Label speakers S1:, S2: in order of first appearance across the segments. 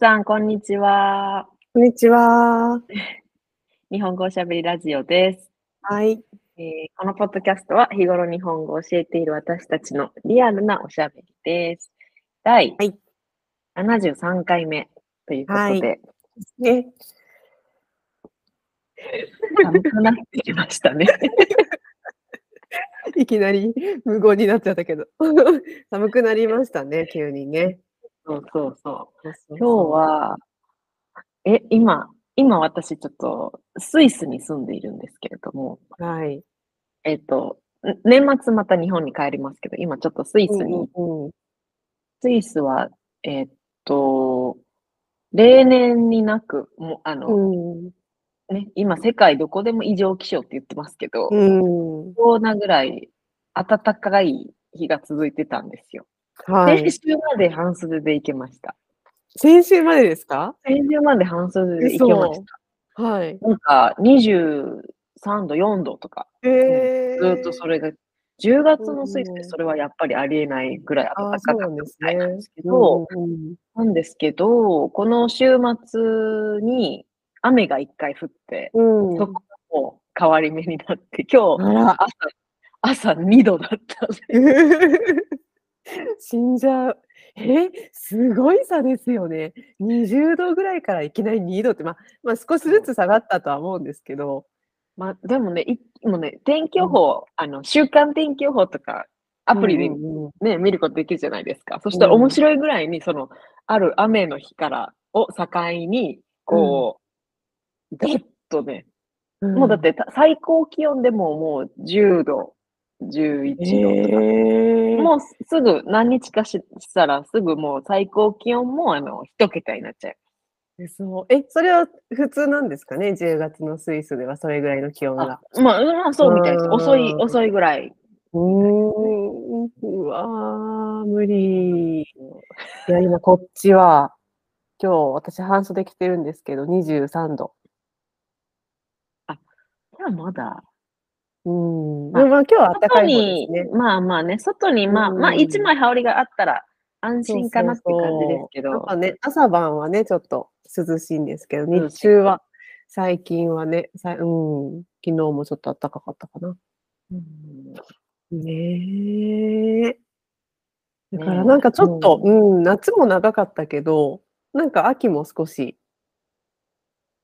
S1: さん、こんにちは。
S2: こんにちは。
S1: 日本語おしゃべりラジオです。
S2: はい。よ
S1: えーこのポッドキャストは日頃日本語を教えている私たちのリアルなおしゃべりです。第
S2: はい
S1: 73回目ということで、
S2: ね。
S1: 寒くなってきましたね。
S2: いきなり無言になっちゃったけど。 寒くなりましたね、急にね。
S1: そうそうそう。
S2: そうそ
S1: 今
S2: う
S1: 日は、え、今、今私ちょっとスイスに住んでいるんですけれども、
S2: そう。はい。
S1: えっ、と、ん年末また日本に帰りますけど、今ちょっとスイスに
S2: うんうん
S1: スイスは、えーっと、例年になく、もうあの、
S2: うん。
S1: ね、今世界どこでも異常気象って言ってますけど、
S2: うん。うん。
S1: こんなぐらい暖かい日が続いてたんですよ。
S2: はい
S1: 先。週まで半袖で行けました。
S2: 先週までですか
S1: 先週まで半袖で行けまし
S2: 嘘はい。
S1: た。なんか23度、4度とか、
S2: え
S1: ず
S2: ー
S1: ーっとそれが、10月のスイス
S2: うん
S1: で
S2: うん
S1: それはやっぱりありえないぐらい暖
S2: あ
S1: か
S2: ー
S1: か
S2: そ
S1: った
S2: うな
S1: み
S2: んです
S1: たいな
S2: ね
S1: んですけど、
S2: うんうん
S1: なんですけど、この週末に雨が一回降って、
S2: うん。
S1: そこがもう変わり目になって、今日
S2: あら。
S1: 朝、朝2度だったんで
S2: 死んじゃう。え、すごい差ですよね。20度ぐらいからいきなり2度って、まあ、まあ、少しずつ下がったとは思うんですけど。
S1: まあ、でもね、いもうね、天気予報、あの、週間天気予報とか、アプリで
S2: うん
S1: ね、
S2: うんうん
S1: 見ることできるじゃないですか。そしたら
S2: うん
S1: 面白いぐらいに、その、ある雨の日からを境に、こう、ガ、ッとね、
S2: うん
S1: もうだってた最高気温でももう10度、11
S2: え
S1: 度とか。
S2: ー、
S1: もうすすぐ何日かししたらすぐもう最高気温もあの一桁になっちゃう。
S2: うそうえそれは普通なんですかね10月のスイスではそれぐらいの気温
S1: あ
S2: が。
S1: まあ、うんまあ、そうみたいです。遅い、
S2: うん
S1: 遅いぐらい。
S2: うーんうわー無理。いや今こっちは今日私半袖着てるんですけど23度。
S1: じゃあまだ。
S2: うん。
S1: まあ
S2: でもまあ今日は暖
S1: 外
S2: かい方
S1: に、
S2: ですね。
S1: まあまあね、外に、まあ、
S2: うん
S1: まあ、一枚羽織があったら安
S2: そう
S1: 心かなって
S2: そう
S1: 感じですけど。
S2: そうやっぱね、朝晩はね、ちょっと涼しいんですけど、
S1: 涼しい
S2: 日中は、最近はね、さいうん、昨日もちょっと暖かかったかな。
S1: うん
S2: ねえ。だか
S1: ねえ
S2: らなんかちょっと、
S1: う
S2: うん、夏も長かったけど、なんか秋も少し、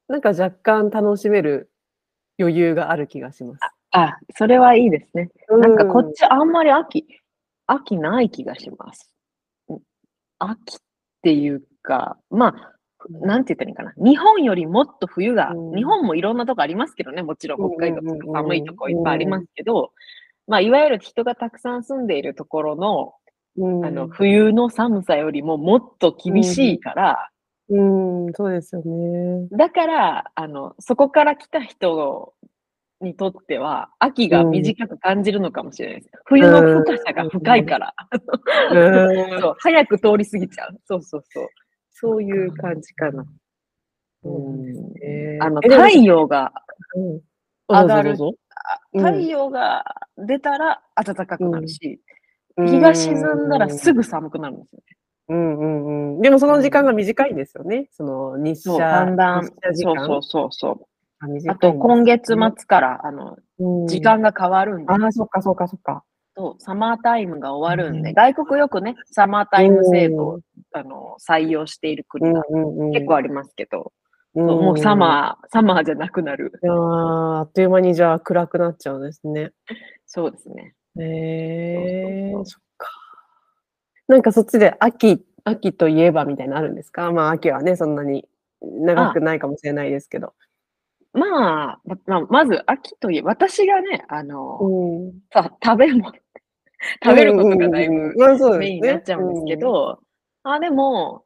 S2: なんか若干楽しめる余裕がある気がします。
S1: あ、それはいいですね。なんかこ
S2: う
S1: っちあんまり秋、秋ない気がします。ん秋っていうか、まあ、なんて言ったらいいんかな。日本よりもっと冬が、
S2: うん
S1: 日本もいろんなとこありますけどね、もちろん北海道と
S2: うんうんうんうん
S1: か寒いとこいっぱいありますけど、まあ、いわゆる人がたくさん住んでいるところの、
S2: うん、
S1: あの、冬の寒さよりももっと厳しいから、
S2: うん、そうですよね。
S1: だから、あの、そこから来た人にとっては、秋が短く感じるのかもしれないです。冬の深さが深いから、
S2: うん
S1: そう、早く通り過ぎちゃう。そうそうそう。そういう感じかな。
S2: そうですね
S1: あの、
S2: えでも
S1: 太陽が
S2: うん
S1: 上がる
S2: どうぞうん
S1: 太陽が出たら暖かくなるし、
S2: どうぞ
S1: 日が沈んだらす
S2: ぐ。
S1: ぐ寒くなるんですよね。
S2: うんうんうん。でもその時間が短いんですよね。その日
S1: そう、
S2: 射。
S1: だんだん。
S2: 日射時
S1: そう
S2: 間
S1: そうそうそう。
S2: が短いんですね
S1: あと、今月末から、あの、
S2: うん
S1: 時間が変わるんで
S2: あ、あ、そっかそっかそっか。
S1: とサマータイムが終わるん
S2: う
S1: で、
S2: ん
S1: 外国よくね、サマータイム制度を、あの、採用している国が結
S2: 結
S1: 構ありますけど、
S2: うん
S1: そうもうサマー、サマーじゃなくなる。
S2: いやーあっという間にじゃあ暗くなっちゃうんですね。
S1: そうですね。
S2: へ
S1: そうそう
S2: え
S1: そう
S2: そっか。なんかそっちで秋、秋といえばみたいなのあるんですかまあ秋はね、そんなに長くないかもしれないですけど。
S1: まあ、ままあまず秋といえ、私がね、あの、
S2: うん
S1: さ食べ物、食べることがだいぶ、
S2: うんうんうんまあそうで
S1: メイ
S2: すね
S1: ンになっちゃうんですけど、あでも、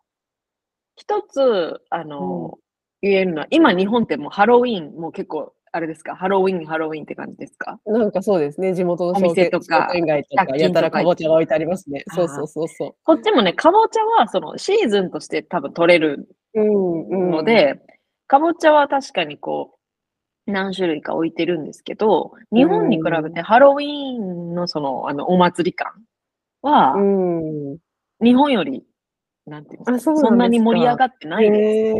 S1: 一つ、あの、言えるのは、今日本ってもうハロウィーン、もう結構、あれですか、ハロウィーン、ハロウィーンって感じですか
S2: なんかそうですね、地元の
S1: お店
S2: 商店
S1: とか
S2: 商店街と
S1: 百
S2: か、
S1: 均
S2: やたら
S1: とか
S2: かぼちゃが置いてありますね。
S1: あー
S2: そうそうそうそ
S1: こっちもね、かぼちゃは、その、シーズンとして多分取れる
S2: う。うん
S1: の、で、かぼちゃは確かにこう、何種類か置いてるんですけど、日本に比べてハロウィーンのその、あの、お祭り感は、
S2: うん。
S1: 日本よりなんていうん
S2: あ
S1: です
S2: そう
S1: か
S2: なんですか
S1: そんなに盛り上がってないです。
S2: へ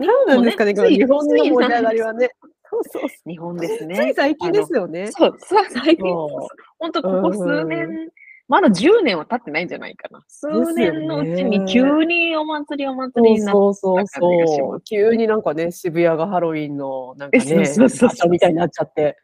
S2: ーなんなんですかね、
S1: 日
S2: こ
S1: 本も
S2: の
S1: ね
S2: 日本の盛り上がりはね。そうそうそ
S1: 日本です
S2: う。つい
S1: ね。
S2: 最近ですよね。
S1: そう、そう最近、
S2: そ
S1: 本当ここ数年、
S2: う
S1: まだ10年は経ってないんじゃないかな。数年のうちに
S2: ですよね
S1: 急にお祭りお祭り
S2: そう
S1: になって、
S2: そうそう
S1: なんかね
S2: そう。急になんかね、渋谷がハロウィンのなんか
S1: そう
S2: ね、
S1: そうそうそう
S2: 場所みたいになっちゃって。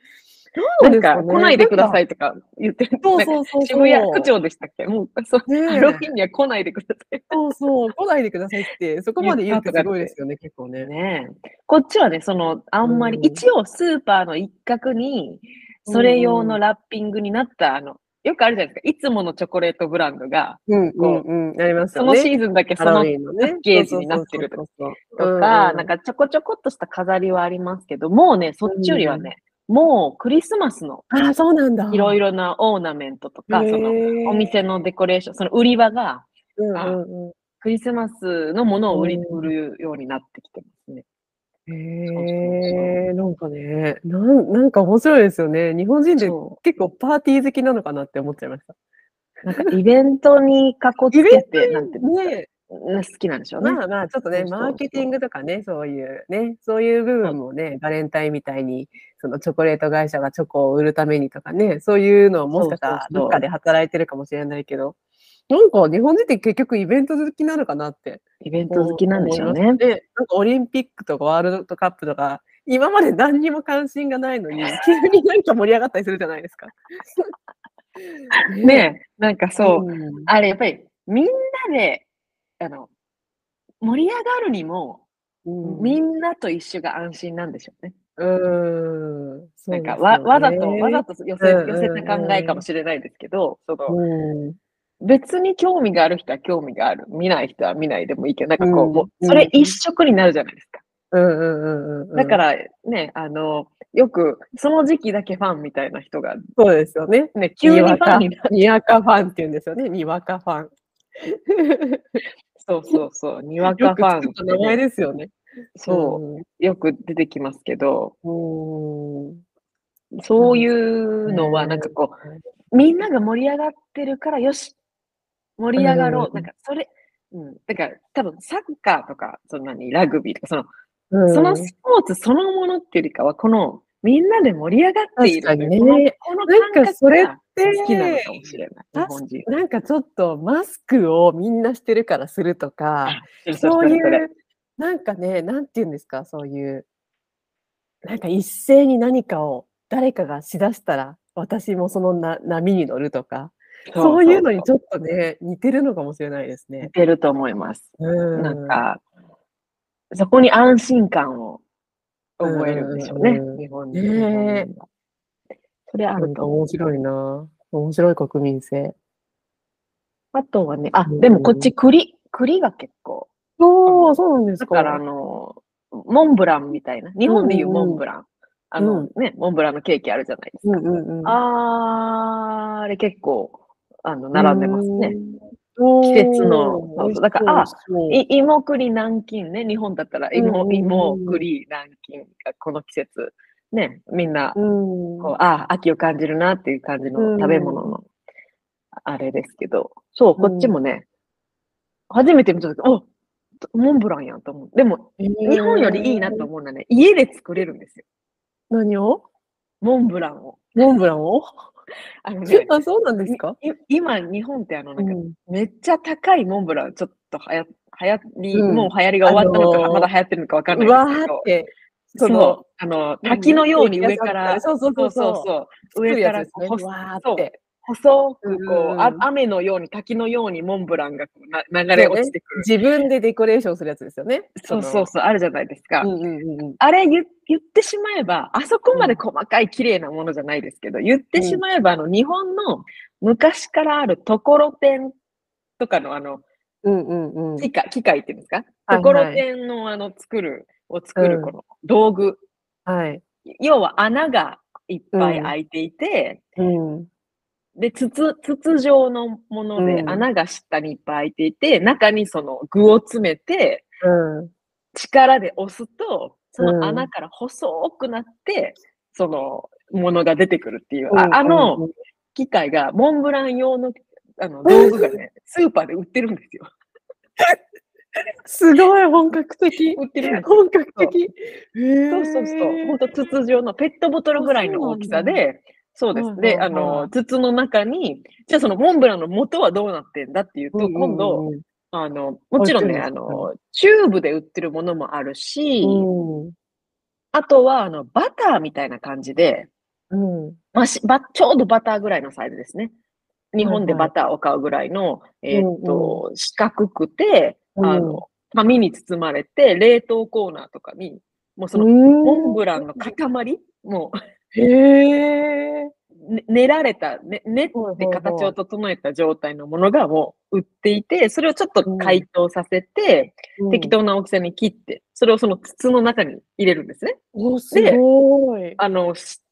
S1: なんか来ないでくださ
S2: い。
S1: いとか言ってる。
S2: そう
S1: なんか
S2: そうそうそう。
S1: 渋谷区長でしたっけもう、そう、
S2: ねえ
S1: ハロウィンには来ないでください。
S2: そうそう、来ないでくださいって、そこまで言うってすごいですよね、結構ね。
S1: ねえこっちはね、その、あんまり、
S2: うん
S1: 一応スーパーの一角に、それ用のラッピングになった、あの、よくあるじゃないですか、いつものチョコレートブランドが、
S2: うんうんうん、あります
S1: そ
S2: よ
S1: の
S2: ね。
S1: シーズンだけそ
S2: ハ
S1: の
S2: ロウ
S1: と
S2: ィンのね
S1: パッケージになってる
S2: そうそうそう
S1: か、
S2: そう
S1: なんかちょこちょこっとした飾りはありますけど、もうね、そっちよりはね、もうクリスマスの
S2: あーそうなんだ。
S1: いろいろなオーナメントとか、その、
S2: の
S1: お店のデコレーション、その売り場が、
S2: うんうんうん
S1: クリスマスのものを売り、
S2: うん
S1: 売るようになってきてますね。
S2: へえ、なんかね、なんなんか面白いですよね。日本人で
S1: そ
S2: 結構パーティー好きなのかなって思っちゃいました。
S1: う。なんかイベントにかこつけて、なんていうの
S2: ね
S1: 好きなんでしょうね。
S2: まあまあ、ちょっと
S1: そ
S2: ね
S1: う、そうそう
S2: マーケティングとかね、そういうね、そういう部分もね、バレンタインみたいに、そのチョコレート会社がチョコを売るためにとかね、そういうのをもしかしたら
S1: そうそうそう
S2: どっかで働いてるかもしれないけど、なんか日本人って結局イベント好きなのかなって。
S1: イベント好きなんでしょうね。
S2: で、なんかオリンピックとかワールドカップとか、今まで何にも関心がない のに、急になんか盛り上がったりするじゃないですか。
S1: ねえ、なんかそう、
S2: ん
S1: あれやっぱりみんなで、あの、盛り上がるにも、
S2: うん
S1: みんなと一緒が安心なんでしょうね。
S2: うん。
S1: なんかわわざと、わざ
S2: と、
S1: と寄せ,、
S2: うんうんうん
S1: 寄せた考えかもしれないですけど、その
S2: うん
S1: 別に興味がある人は興味がある、見ない人は見ないでもいいけど、なんかこう、
S2: うん
S1: もう
S2: うん
S1: それ一色になるじゃないですか。
S2: うんうんうんうん。、
S1: だかららね、あの、よくその時期だけファンみたいな人が、
S2: そうですよね。
S1: ね、急にファンになる。
S2: にわかファンって言うんですよね。にわかファン。
S1: そうそうそう、にわ
S2: よ
S1: か
S2: く
S1: ファンっ
S2: 作った
S1: て
S2: 名前
S1: ね、
S2: ですよね。
S1: そうう、よく出てきますけど、
S2: ん。うん。
S1: そういうのは
S2: うん
S1: なんかこう、みんなが盛り上がってるから、よし、盛り上がろう。
S2: うん
S1: なんかそれ、うん、だから多分サッカーとか、そんなにラグビーとか、その、
S2: そ
S1: そのスポーツそのものっていうよりかは、この、みんなで盛り上がっている
S2: 確かにね
S1: このこの感
S2: な
S1: 覚
S2: んかそれっ
S1: が
S2: て
S1: 好きなのかもしれない。日本人。
S2: なんかちょっとマスクをみんなしてるからするとか、
S1: そ
S2: そう
S1: れそ
S2: い
S1: れそれ
S2: う、なんかね、なんて言うんですか、そういう、なんか一斉に何かを誰かがしだしたら、私もそのな波に乗るとか、そういうのにちょっとね、似てるのかもしれないです
S1: 似
S2: ね。
S1: てると思います。
S2: う
S1: なん、か、そこに安心感を覚えるんでしょうね
S2: うんうんう。ん
S1: 日本人。
S2: ねえ
S1: 日本人はそれあ
S2: なん
S1: る
S2: か
S1: と思う。
S2: 面白いな。面白い国民性。
S1: あとはね、あ
S2: う、ん
S1: でもこっち栗、栗が結構。
S2: おー、そうなんです
S1: だ
S2: か。
S1: からあの、モンブランみたいな。日本でいうモンブラン。あのね、モンブランのケーキあるじゃないです
S2: う
S1: か。
S2: んうんうん、
S1: あーあれ結構、あの、並んでますね。
S2: うん。
S1: 季節の
S2: おー
S1: そうそうだから、
S2: 美味しそう
S1: い芋栗南京ね、日本だったら
S2: うんうんう
S1: 芋、
S2: ん
S1: 芋栗南京がこの季節、ね、みんな、
S2: うん
S1: こうああ、秋を感じるなっていう感じの
S2: うん
S1: 食べ物の、あれですけど、そう、
S2: う
S1: こ
S2: ん
S1: っちもね、初めて見たとき、おモンブランやんと思う。でも、日本よりいいなと思うのはね、家で作れるんですよ。
S2: 何を
S1: モンブランを。
S2: モンブランを、
S1: あのね
S2: あ、そうなんです
S1: い
S2: か
S1: 今、日本ってあの、なんか、
S2: うん
S1: めっちゃ高いモンブラン、ちょっとはや、はやり、
S2: うん
S1: もう流行りが終わったのか、
S2: あのー
S1: まだ流行ってるのかわかん
S2: う
S1: な
S2: わ
S1: いです
S2: ー
S1: け
S2: っ
S1: ど、
S2: て、
S1: そ
S2: そ
S1: の
S2: の、
S1: あの、滝のように上から、
S2: そうそう
S1: そ
S2: そうう
S1: そう
S2: そう。
S1: そう、上から
S2: 作るやつ
S1: こう、
S2: ですねうわ
S1: そ
S2: ー
S1: う
S2: って。
S1: 細くこう、
S2: うん
S1: あ雨のように、滝のようにモンブランがこうな流れ落ちてくる。
S2: 自分でデコレーションするやつですよね。
S1: そうそうそう、あるじゃないですか。
S2: その。うんうんうんうん。
S1: あれ言言ってしまえば、あそこまで細かい綺麗なものじゃないですけど、言ってしまえば、あの、日本の昔からあるところてんとかのあの、
S2: うんうんうん。
S1: 機械、機械っていうんですか
S2: はい
S1: ところてんのあの、作る、を作る
S2: うん
S1: この道具。
S2: はい。
S1: 要は穴がいっぱい
S2: うん
S1: 開いていて、
S2: うん。
S1: で、筒、筒状のもので
S2: うん
S1: 穴が下にいっぱい開いていて、中にその具を詰めて、
S2: うん。
S1: 力で押すと、その
S2: う
S1: 穴
S2: ん
S1: から細くなって、そのものが出てくるっていう、
S2: うんうん
S1: あ
S2: うん
S1: あの、機械が、モンブラン用のあの道具がね、スーパーで売ってるんですよ。
S2: すごい本格的。
S1: 売ってるんですよ
S2: 本格的。
S1: そうそうそう。ほんと筒状のペットボトルぐらいの大きさで、そうです。
S2: は
S1: で、
S2: いは
S1: あ
S2: いはい
S1: の、筒の中に、じゃあそのモンブランの元はどうなってんだっていうと、
S2: と
S1: 今度、、あの、もちろんね、あ
S2: 置いてるんですか
S1: の、チューブで売ってるものもあるし、
S2: うん
S1: あとは、あの、バターみたいな感じで、
S2: うん。
S1: まあしばちょうどバターぐらいのサイズですね。日本で
S2: はい
S1: バ
S2: はい
S1: ターを買うぐらいの、えーっ
S2: う
S1: と、四角くて、
S2: うん
S1: あの、紙に包まれて、冷凍コーナーとかに、もうその、モンブランの塊、も
S2: へえ。
S1: う、ね練られた、ね、練っ
S2: はいはい
S1: て
S2: はい
S1: 形を整えた状態のものがもう売っていて、それをちょっと解凍させて、適当な大きさに切って、それをその筒の中に入れるんですね。
S2: お、すごい。
S1: あの、し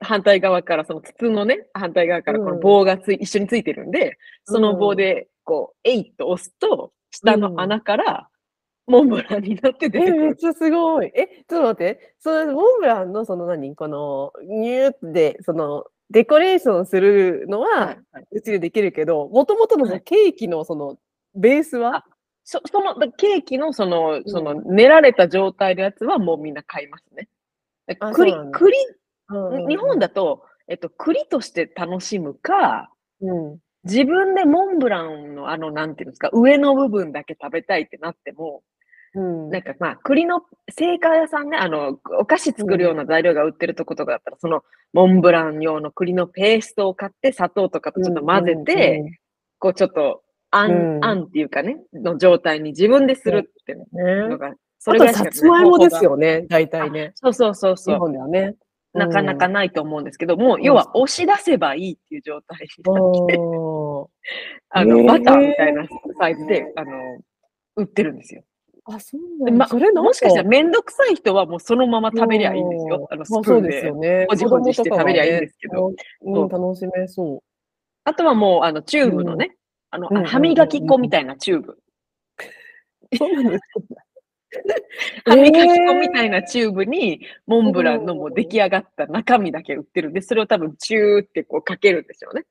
S1: 反対側から、その筒のね、反対側からこ
S2: う
S1: の
S2: ん
S1: 棒がつい、一緒についてるんで、その棒で、こう、えいっと押すと、下の穴から、モンブランになって
S2: え、
S1: 出てく
S2: めっ
S1: る。
S2: ちゃすごい。え、ちょっと待って。そのモンブランのその何この、ニューって、その、デコレーションするの
S1: はい
S2: は、
S1: はい、
S2: うちでできるけど、もともとのそ
S1: は
S2: のケーキのその、ベースは
S1: そそのだケーキのその、その練られた状態のやつはもうみんな買いますね。で
S2: あ
S1: 栗
S2: そうなん、だ
S1: 栗、日
S2: 日
S1: 本、だと、えっと、栗として楽しむか、
S2: うん、
S1: 自分でモンブランのあの、なんていうんですか、上の部分だけ食べたいってなっても、
S2: うん、
S1: なんかまあ、栗の製菓屋さんね、あの、お菓子作るような材料が売ってるとことかだったら、その、モンブラン用の栗のペーストを買って、砂糖とかとちょっと混ぜて、こうちょっと、あん、
S2: うん
S1: あんっていうかね、の状態に自分でするっていう
S2: うん、うんうん
S1: の
S2: ね。
S1: が、そ
S2: あ
S1: れぐ
S2: と
S1: らいしかな
S2: さ
S1: い
S2: つまいもです。よね、大体ね。
S1: 方法がそうそうそう
S2: 日
S1: そ
S2: 本ではね。
S1: う。なかなか
S2: ね。
S1: ないと思うんですけど、もう、
S2: ん
S1: 要は押し出せばいいっていう状態になって、
S2: おー
S1: あの、
S2: へー
S1: バターみたいなサイズで、あの、売ってるんですよ。
S2: あ、そう
S1: で
S2: なんだ。
S1: ま
S2: それなん
S1: もしかしたらめんどくさい人はもうそのまま食べりゃいいんですよ。あのスプーンで。
S2: ね
S1: ほじほじして食べりゃいいんですけど。
S2: 子供とかはねうん、楽しめそ
S1: あとはもう、あの、チューブのね、あの、
S2: うんうん
S1: 歯磨き粉みたいなチューブ。
S2: う。そうなんです
S1: 歯磨き粉
S2: えー
S1: みたいなチューブに、モンブランのもう出来上がった中身だけ売ってるんで、それを多分チューってこうかけるんでしょうね。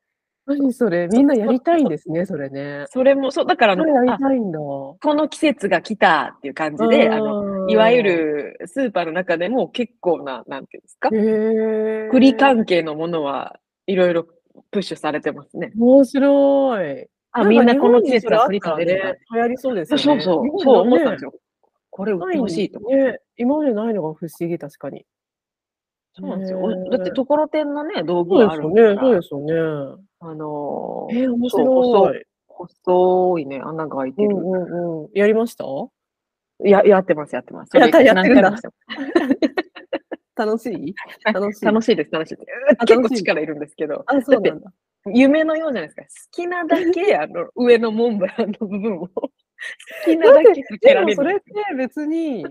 S2: 何それみんなやりたいんですね、それね。
S1: それも、そう、だからあ
S2: それや
S1: の、
S2: り
S1: あ
S2: たいんだ。
S1: この季節が来たっていう感じで、あの、
S2: の
S1: いわゆ、るスーパーの中でも結構な、なんていうんですか、
S2: へー
S1: 栗関係のものはいろいろプッシュされてますね。
S2: 面白い。
S1: あ、
S2: か
S1: みんなこの
S2: 日
S1: 季
S2: 本に
S1: 節
S2: それ
S1: は
S2: あっ
S1: 栗
S2: た
S1: 食
S2: ら
S1: べるんだ
S2: ね。流行りそうです
S1: そう
S2: よね。
S1: そうそう
S2: 日、本
S1: そう
S2: だ
S1: 思ったん
S2: ね
S1: ですよ。これ売ってほしいと思って。
S2: ね、今までないのが不思議、確かに。
S1: そうなんですよ。
S2: ね
S1: おだって、ところてんのね、道具
S2: そ
S1: が
S2: うで
S1: あ
S2: す
S1: る
S2: よ
S1: んだ
S2: ね、
S1: か
S2: そう
S1: ら、
S2: ですよね。
S1: あのー
S2: えー、面
S1: そう
S2: 白い。
S1: 細いね、穴が開いて
S2: う
S1: る。
S2: んうんうん。やりました
S1: や、やってます、やってます。それ
S2: やったやってる
S1: 何
S2: んだ
S1: 回もしてま
S2: 楽しい
S1: はい
S2: 楽し
S1: す
S2: い。
S1: 楽しいです、楽しいです。うー
S2: あ
S1: 結構
S2: 楽しい
S1: 力いるんですけど、
S2: あ、そうなんだ。
S1: 夢のようじゃないですか。好きなだけ、あ の、上のモンブランの部分を、好きなだけかけ
S2: で
S1: ら
S2: も
S1: れ
S2: そ
S1: るん
S2: れっ
S1: で
S2: て別に、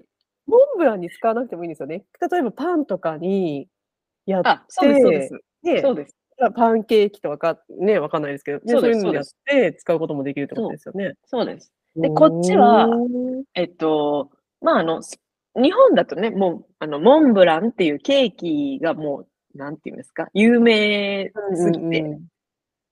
S2: モンブランに使わなくてもいいんですよね。例えばパンとかにやっ
S1: す。あ、そうです、そうで
S2: て
S1: す。
S2: て、
S1: そうです。
S2: パンケーキとかか、ね、わかんないですけど、ね、
S1: そう
S2: そう
S1: で
S2: い
S1: す
S2: うのやって使うこともできるってことですよね。
S1: そうです。でこっちはえっと、まあ、あの、す日本だとね、もう、あの、モンブランっていうケーキがもう、なんていうんですか、有名すぎて、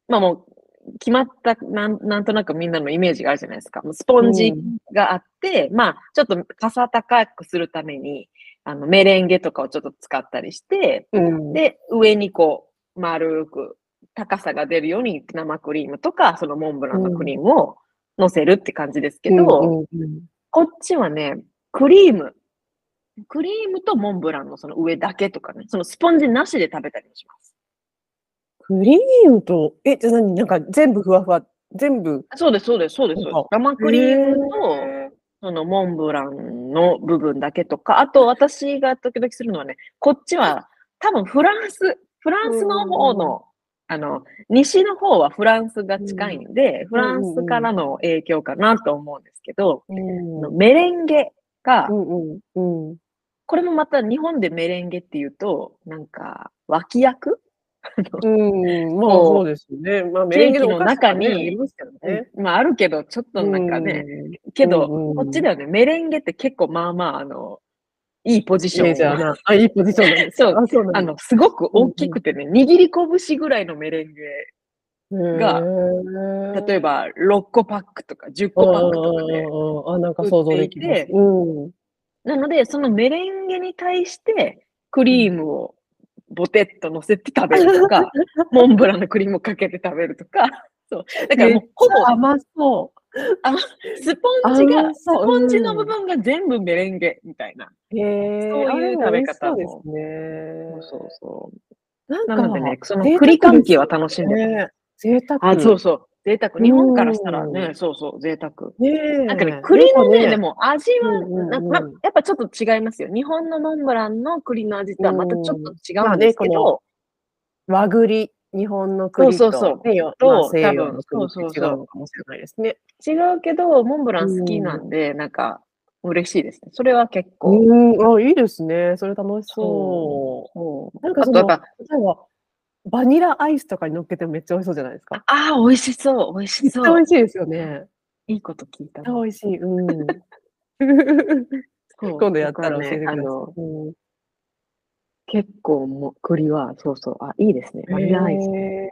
S1: まあもう、決まったなん、なんとなくみんなのイメージがあるじゃないですか。もうスポンジがあって、まあ、ちょっとかさ高くするために、あの、メレンゲとかをちょっと使ったりして、
S2: うん、
S1: で、上にこう、丸く、高さが出るように生クリームとか、そのモンブランのクリームを乗せるって感じですけど、
S2: うんうんうん
S1: こっちはね、クリーム。クリームとモンブランのその上だけとかね、そのスポンジなしで食べたりもします。
S2: クリームと、え、じゃあ何なんか全部ふわふわ、全部。
S1: そうです、そうです、そうです。そう
S2: そ
S1: で
S2: う
S1: す生クリームと、
S2: へ
S1: そのモンブランの部分だけとか、あと私が時々するのはね、こっちは多分フランス、フランスの方の、あの、西の方はフランスが近いんで、フランスからの影響かなと思うんですけど、
S2: ーうん
S1: あのメレンゲが、
S2: うんうんうん。
S1: これもまた日本でメレンゲっていうと、なんか、脇役、
S2: うん、まあ
S1: こう
S2: そうですよね。まあ、
S1: ケーキの
S2: メレンゲお菓子とか
S1: 中
S2: ね
S1: に
S2: ありますけどね。
S1: まああるけど、ちょっとなんかね、けど、
S2: うんうん
S1: こっちではね、メレンゲって結構まあまあ、あの、いいポジション
S2: メジャーな。あ、いいポジションなんです
S1: そう
S2: あ、そうな
S1: あ
S2: んだ
S1: の、すごく大きくてね、握り拳ぐらいのメレンゲが例えば6個パックとか10個パックとかで。
S2: あああああなんか想像できま
S1: 売ってい。
S2: す
S1: て
S2: うん。
S1: なので、そのメレンゲに対して、クリームをボテッと乗せて食べると か、モンブランのクリームをかけて食べるとか、そう。だからもうほぼ
S2: 甘そ
S1: スポンジ
S2: 甘
S1: が、ス
S2: そう
S1: ポンジの部分が全部メレンゲみたいな。
S2: う。へえ。
S1: そういう食べ方も
S2: あれ美味しそうですね。
S1: そうそう
S2: なん
S1: な
S2: か
S1: のでね、その栗関係は楽しんでる。
S2: ね贅沢。
S1: あ、そうそう。贅沢。日本からしたら
S2: う
S1: ね、
S2: ん
S1: そうそう、贅沢。
S2: ねえ。
S1: なんかね、栗のね、で
S2: も、
S1: も味は、
S2: うんうんうん
S1: なんかまあやっぱちょっと違いますよ。日本のモンブランの栗の味とはまたちょっと違うんですけ
S2: うんまあね
S1: ど、
S2: こ和栗、日本の栗と、
S1: そうそうそう
S2: ねよ
S1: と
S2: まあ西洋
S1: 多
S2: の栗
S1: 分
S2: って
S1: そうそう
S2: 違
S1: そう
S2: うのかもしれないですね。
S1: 違うけど、モンブラン好きなんで、なんか、嬉しいですね。それは結構。
S2: うん、あ、いいですね。それ楽しそ
S1: そう
S2: う。なん
S1: あ
S2: かそ
S1: とや
S2: の、
S1: っ
S2: 例
S1: ぱ、
S2: えば、バニラアイスとかに乗っけてもめっちゃ美味しそうじゃないですか。
S1: ああ、美味しそう、美味し
S2: 絶対
S1: そ
S2: 美
S1: う。
S2: 味しいですよね。
S1: いいこと聞いた
S2: 絶
S1: な。
S2: 対美味しい。うん。
S1: そう
S2: 今度やったら教
S1: だ
S2: えて
S1: かねあ
S2: ください。
S1: の結構もう、栗は、そうそう、あ、いいですね。バニラアイス
S2: へ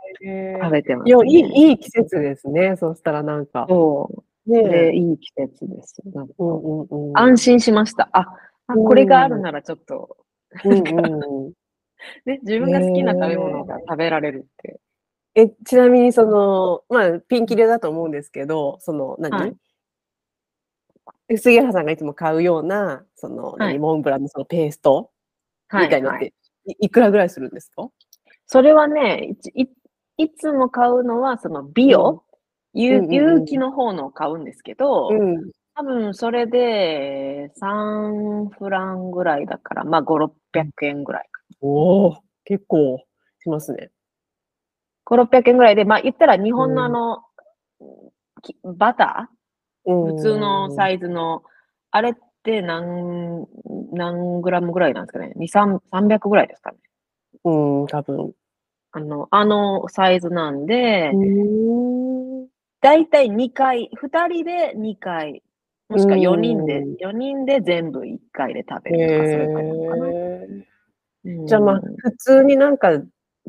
S2: ー
S1: 食べてます、
S2: いや、い
S1: ね。
S2: い、いい季節ですね。そしたらなんか。
S1: そう。
S2: ね
S1: で、いい季節です。なんか
S2: うんうんうん。
S1: 安心しました。あ、あ
S2: うん
S1: これがあるならちょっと、
S2: うんうん
S1: ね、自分が好きな食べ物が食べられるって。
S2: え、ちなみに、その、まあ、ピンキリだと思うんですけど、その、何、
S1: はい
S2: 杉原さんがいつも買うような、その、
S1: い
S2: 何モンブランのそのペーストみたいのって、いいくらぐらいするんですか
S1: それはね、いちいいつも買うのは、その美容、ゆ
S2: うんうんうん
S1: 有機の方のを買うんですけど、
S2: ん。
S1: 多分それで3フランぐらいだから、まあ5、600円ぐらいか。
S2: おお結構しますね。
S1: 5、600円ぐらいで、まあ言ったら日本の
S2: うん
S1: あの、きバター普通のサ
S2: イ
S1: イズの、あれって何、何グラムぐらいなんですかね ?2、3、300ぐらいですかね。
S2: うん、多分。
S1: あの、あのサイズなんで、
S2: うん
S1: だいたい2回、2人で2回、もしくは4人で
S2: うん、
S1: 4人で全部1回で食べるとか、そういう感じかな
S2: へー
S1: うん。
S2: じゃあまあ、普通になんか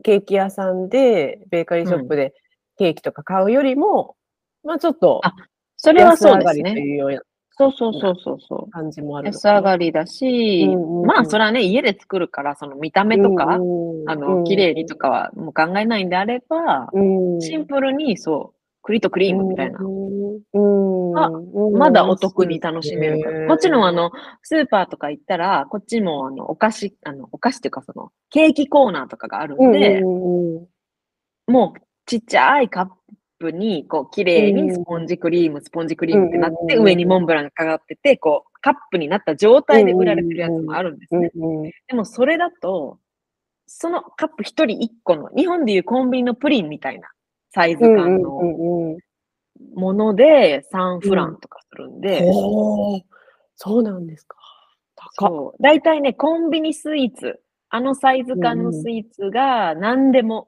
S2: ケーキ屋さんで、ベーカリーショップでケーキとか買うよりも、まあちょっと
S1: あ、それはそうです
S2: と
S1: ね。
S2: いうような
S1: そうそうそうそうそう。
S2: 感じもあるの
S1: 安
S2: かな。
S1: 上がりだし、
S2: うんうん
S1: まあそれはね、家で作るから、その見た目とか、
S2: うんうん
S1: あの、綺麗にとかはもう考えないんであれば、
S2: うん
S1: シンプルにそう、栗とクリームみたいな
S2: う。んうん
S1: あ
S2: うん
S1: まだお得に楽しめるから。もちろん、あ、
S2: うん
S1: の、スーパーとか行ったら、こっちも、あの、お菓子、あの、お菓子っていうか、その、ケーキコーナーとかがあるんで、
S2: うんうん
S1: もう、ちっちゃいカップに、こう、綺麗にスポンジクリーム、スポンジクリームってなっ
S2: うんうん
S1: て、
S2: うん
S1: 上にモンブランがかかってて、こう、カップになった状態で売られてるやつもあるんです
S2: うん
S1: ね。
S2: うんうん
S1: でも、それだと、そのカップ一人一個の、日本でいうコンビニのプリンみたいなサイズ
S2: うんうん
S1: 感
S2: う
S1: の
S2: んうん
S1: もので、3フランとかするんで、
S2: おーそうなんですか。高っ。
S1: そう。大体ね、コンビニスイーツ、あのサイズ感のスイーツが何でも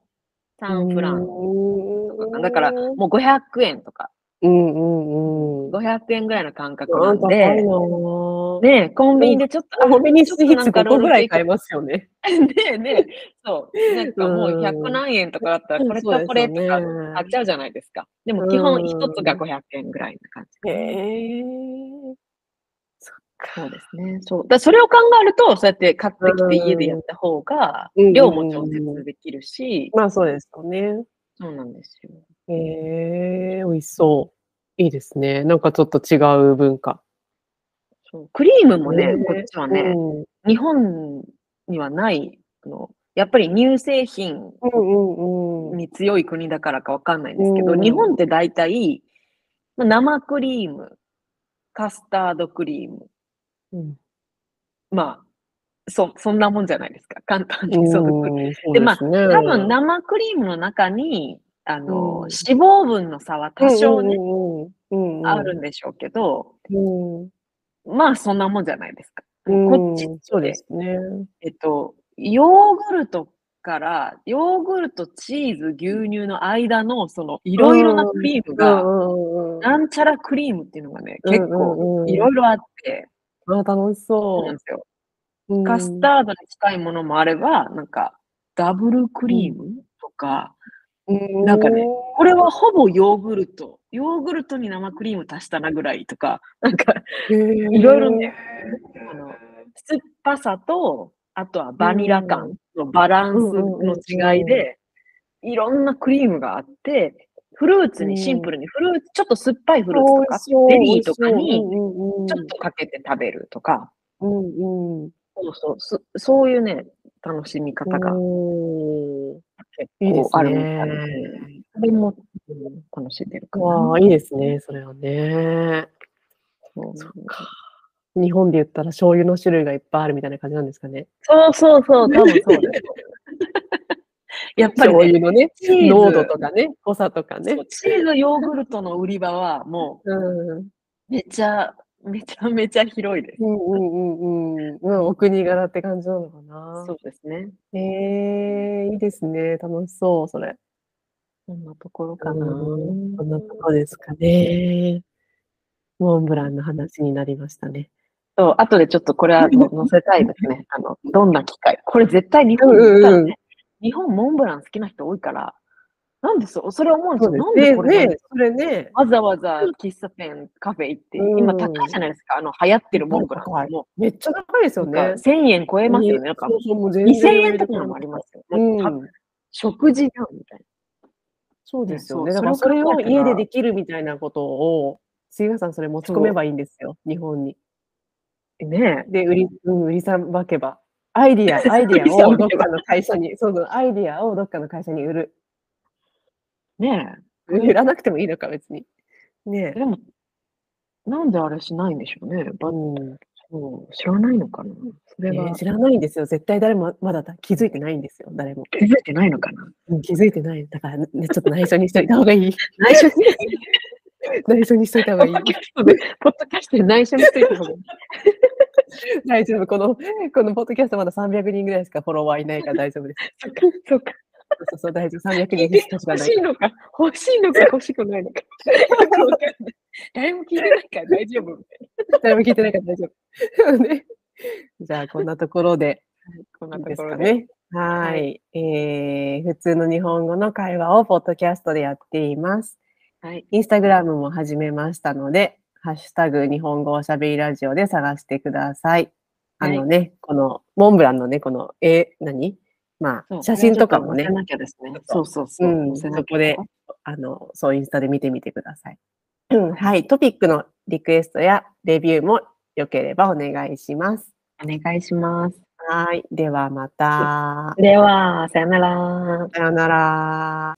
S1: 3フラン。
S2: ン
S1: だから、もう500円とか、
S2: うんうんうん。
S1: 500円ぐらいの感覚な
S2: なん
S1: ん
S2: か
S1: で、
S2: ね、
S1: ね、コンビニでちょっと、あ
S2: コンビニスイーツ5個ぐらい買え
S1: ね
S2: ますよね。
S1: えねえ、そう。なんかもう100何円とかだったら、これとこれとか買っちゃうじゃないですか。でも基本一つが500円ぐらいな感じ。
S2: へえー。
S1: そうですね。そう。だからそれを考えると、そうやって買ってきて家でやった方が、
S2: うん
S1: 量も調節できるし、
S2: まあそうですよね。
S1: そうなんですよ。
S2: へえー、美味しそう。いいですね。なんかちょっと違う文化。
S1: そうクリームもね、
S2: ね
S1: こっちはね、
S2: うん
S1: 日本にはないあの、やっぱり乳製品
S2: うんうんうん。
S1: に強い国だからかわかんないんですけど、
S2: うん
S1: 日本って大体、まあ生クリーム、カスタードクリーム、
S2: うん
S1: まあ、そ、そんなもんじゃないですか。簡単にそうう。
S2: ん
S1: でまあ
S2: そうですね
S1: 多分生クリームの中に、あの、
S2: うん
S1: 脂肪分の差は多少ね、
S2: うんうんうんうんうん
S1: あるんでしょうけど、
S2: うん
S1: まあそんなもんじゃないですか。こっち
S2: う
S1: っ
S2: んそう
S1: て
S2: ですね。
S1: えっと、ヨーグルトから、ヨーグルト、チーズ、牛乳の間の、その、いろいろなクリーム
S2: う
S1: が、
S2: んうんうん
S1: なんちゃらクリームっていうのがね、結構、
S2: うんうんうん
S1: いろいろあって、
S2: あ楽し
S1: そう
S2: そ
S1: なん
S2: う
S1: で。すよ。
S2: うん
S1: カスタードに近いものもあれば、なんか、ダブルクリームとか、なんかね、これはほぼヨーグルト。ヨーグルトに生クリーム足したなぐらいとか、なんか、い
S2: い
S1: ろいろね、あの、酸っぱさと、あとはバニラ感のバランスの違いで、いろんなクリームがあって、フルーツにシンプルに、フルーツ、ちょっと酸っぱいフルーツとか、ベリーとかに、ちょっとかけて食べるとか、
S2: うんうん、
S1: そうそう、そそういうね、楽しみ方が
S2: うん
S1: 結
S2: いいで
S1: 構
S2: す
S1: あるみたいで、
S2: ね。
S1: それもうん楽しんでるか
S2: わ
S1: な。
S2: あ、いいですね、それはね。
S1: そう
S2: 日本で言ったら醤油の種類がいっぱいあるみたいな感じなんですかね。
S1: そうそうそう、多分そうだよ やっぱり
S2: 醤
S1: ね、
S2: 油のね、
S1: チーズ
S2: 濃度とかね、濃さとかね
S1: そう。チーズヨーグルトの売り場はも
S2: うん
S1: うめちゃ、めちゃめちゃ広いです。
S2: うんうんうんうん、うん、お国柄って感じなのかな
S1: そ。うですね。
S2: へえいいですね。楽しそう、それ。
S1: そんなところかな。
S2: うんそんなとこですかね。モンブランの話になりましたね。
S1: そう、後でちょっとこれはの載せたいですね。あの、どんな機会。これ絶対日本に行ったらね、
S2: うんうん
S1: 日本モンブラン好きな人多いから、なんでそそれ思うんです
S2: そう
S1: よ。
S2: で
S1: なんで
S2: すね。
S1: これ、
S2: ね、それね。
S1: わざわざ喫茶店、カフェ行って、
S2: うん
S1: 今高いじゃないですか。あの、流行ってるモンブラ
S2: 高い
S1: ン。も
S2: めっちゃ高いですよ
S1: う、
S2: ね。
S1: 1000円超えますよね。なんか、
S2: そうそうもう全
S1: 2000
S2: 然
S1: 円とかのもありますよ。
S2: うん
S1: もう多分食事だみたい
S2: そうですよね。
S1: そう
S2: だからそ
S1: それ
S2: れ
S1: を考
S2: を
S1: えたら
S2: 家でできるみたいなことを、杉浦さんそれ持ち込めばいいんですよ、日本に。
S1: な。ね
S2: で、売り、うん、売りさばけば。アイデ ィア、アイディアをどっかの会社に、そうそう、アイディアをどっかの会社に売る。
S1: え。ね
S2: 売らなくてもいいのか、別に。ね
S1: え。でも、なんであれしないんでしょうね。
S2: え。
S1: ばそう知らないのかな。それ
S2: ね
S1: は
S2: え知らないんですよ。絶対誰もまだ気づいてないんですよ。誰も。
S1: 気づいてないのかな。
S2: うん気づいてない。だから、ね、ちょっと内緒にしといた方がいい。
S1: 内緒に、
S2: 内緒にしといた方
S1: ポ
S2: がい
S1: ッド。
S2: い
S1: キャストで、ポッドキャストで内緒にしといた方がいい。
S2: 大丈夫。この、このポッドキャストまだ300人ぐらいしかフォロワーいないから大丈夫です。
S1: そっか、そっか。
S2: そうそうそう、大丈夫。300
S1: 聞い
S2: 人
S1: て
S2: し
S1: 欲
S2: か知らな
S1: し
S2: い。
S1: いのか、欲しいのか欲しくないのか。よくわかんない誰も聞いてないから大丈夫みたい
S2: 誰も聞いてないから大丈夫。 ねじゃあ、こんなところで
S1: な。こん
S2: い
S1: ないと
S2: です
S1: こ
S2: か
S1: ろで。
S2: ね。はい、えー。普通の日本語の会話をポッドキャストでやっています。
S1: はい。
S2: インスタグラムも始めましたので、ハッシュタグ日本語おしゃべりラジオで探してください。あのね、このモンブランのね、この、え、何ま
S1: そ
S2: あ、
S1: う
S2: 写真とかもね
S1: これ、はちょっと載せなきゃですね。
S2: そ
S1: そううそうそう。
S2: う
S1: 載
S2: ん
S1: せなきゃ
S2: そこであの、そう、インスタで見てみてください。うんはい、トピックのリクエストやレビューも良ければお願いします。
S1: お願いします。
S2: はい、ではまた。
S1: では、さよなら。
S2: さようなら。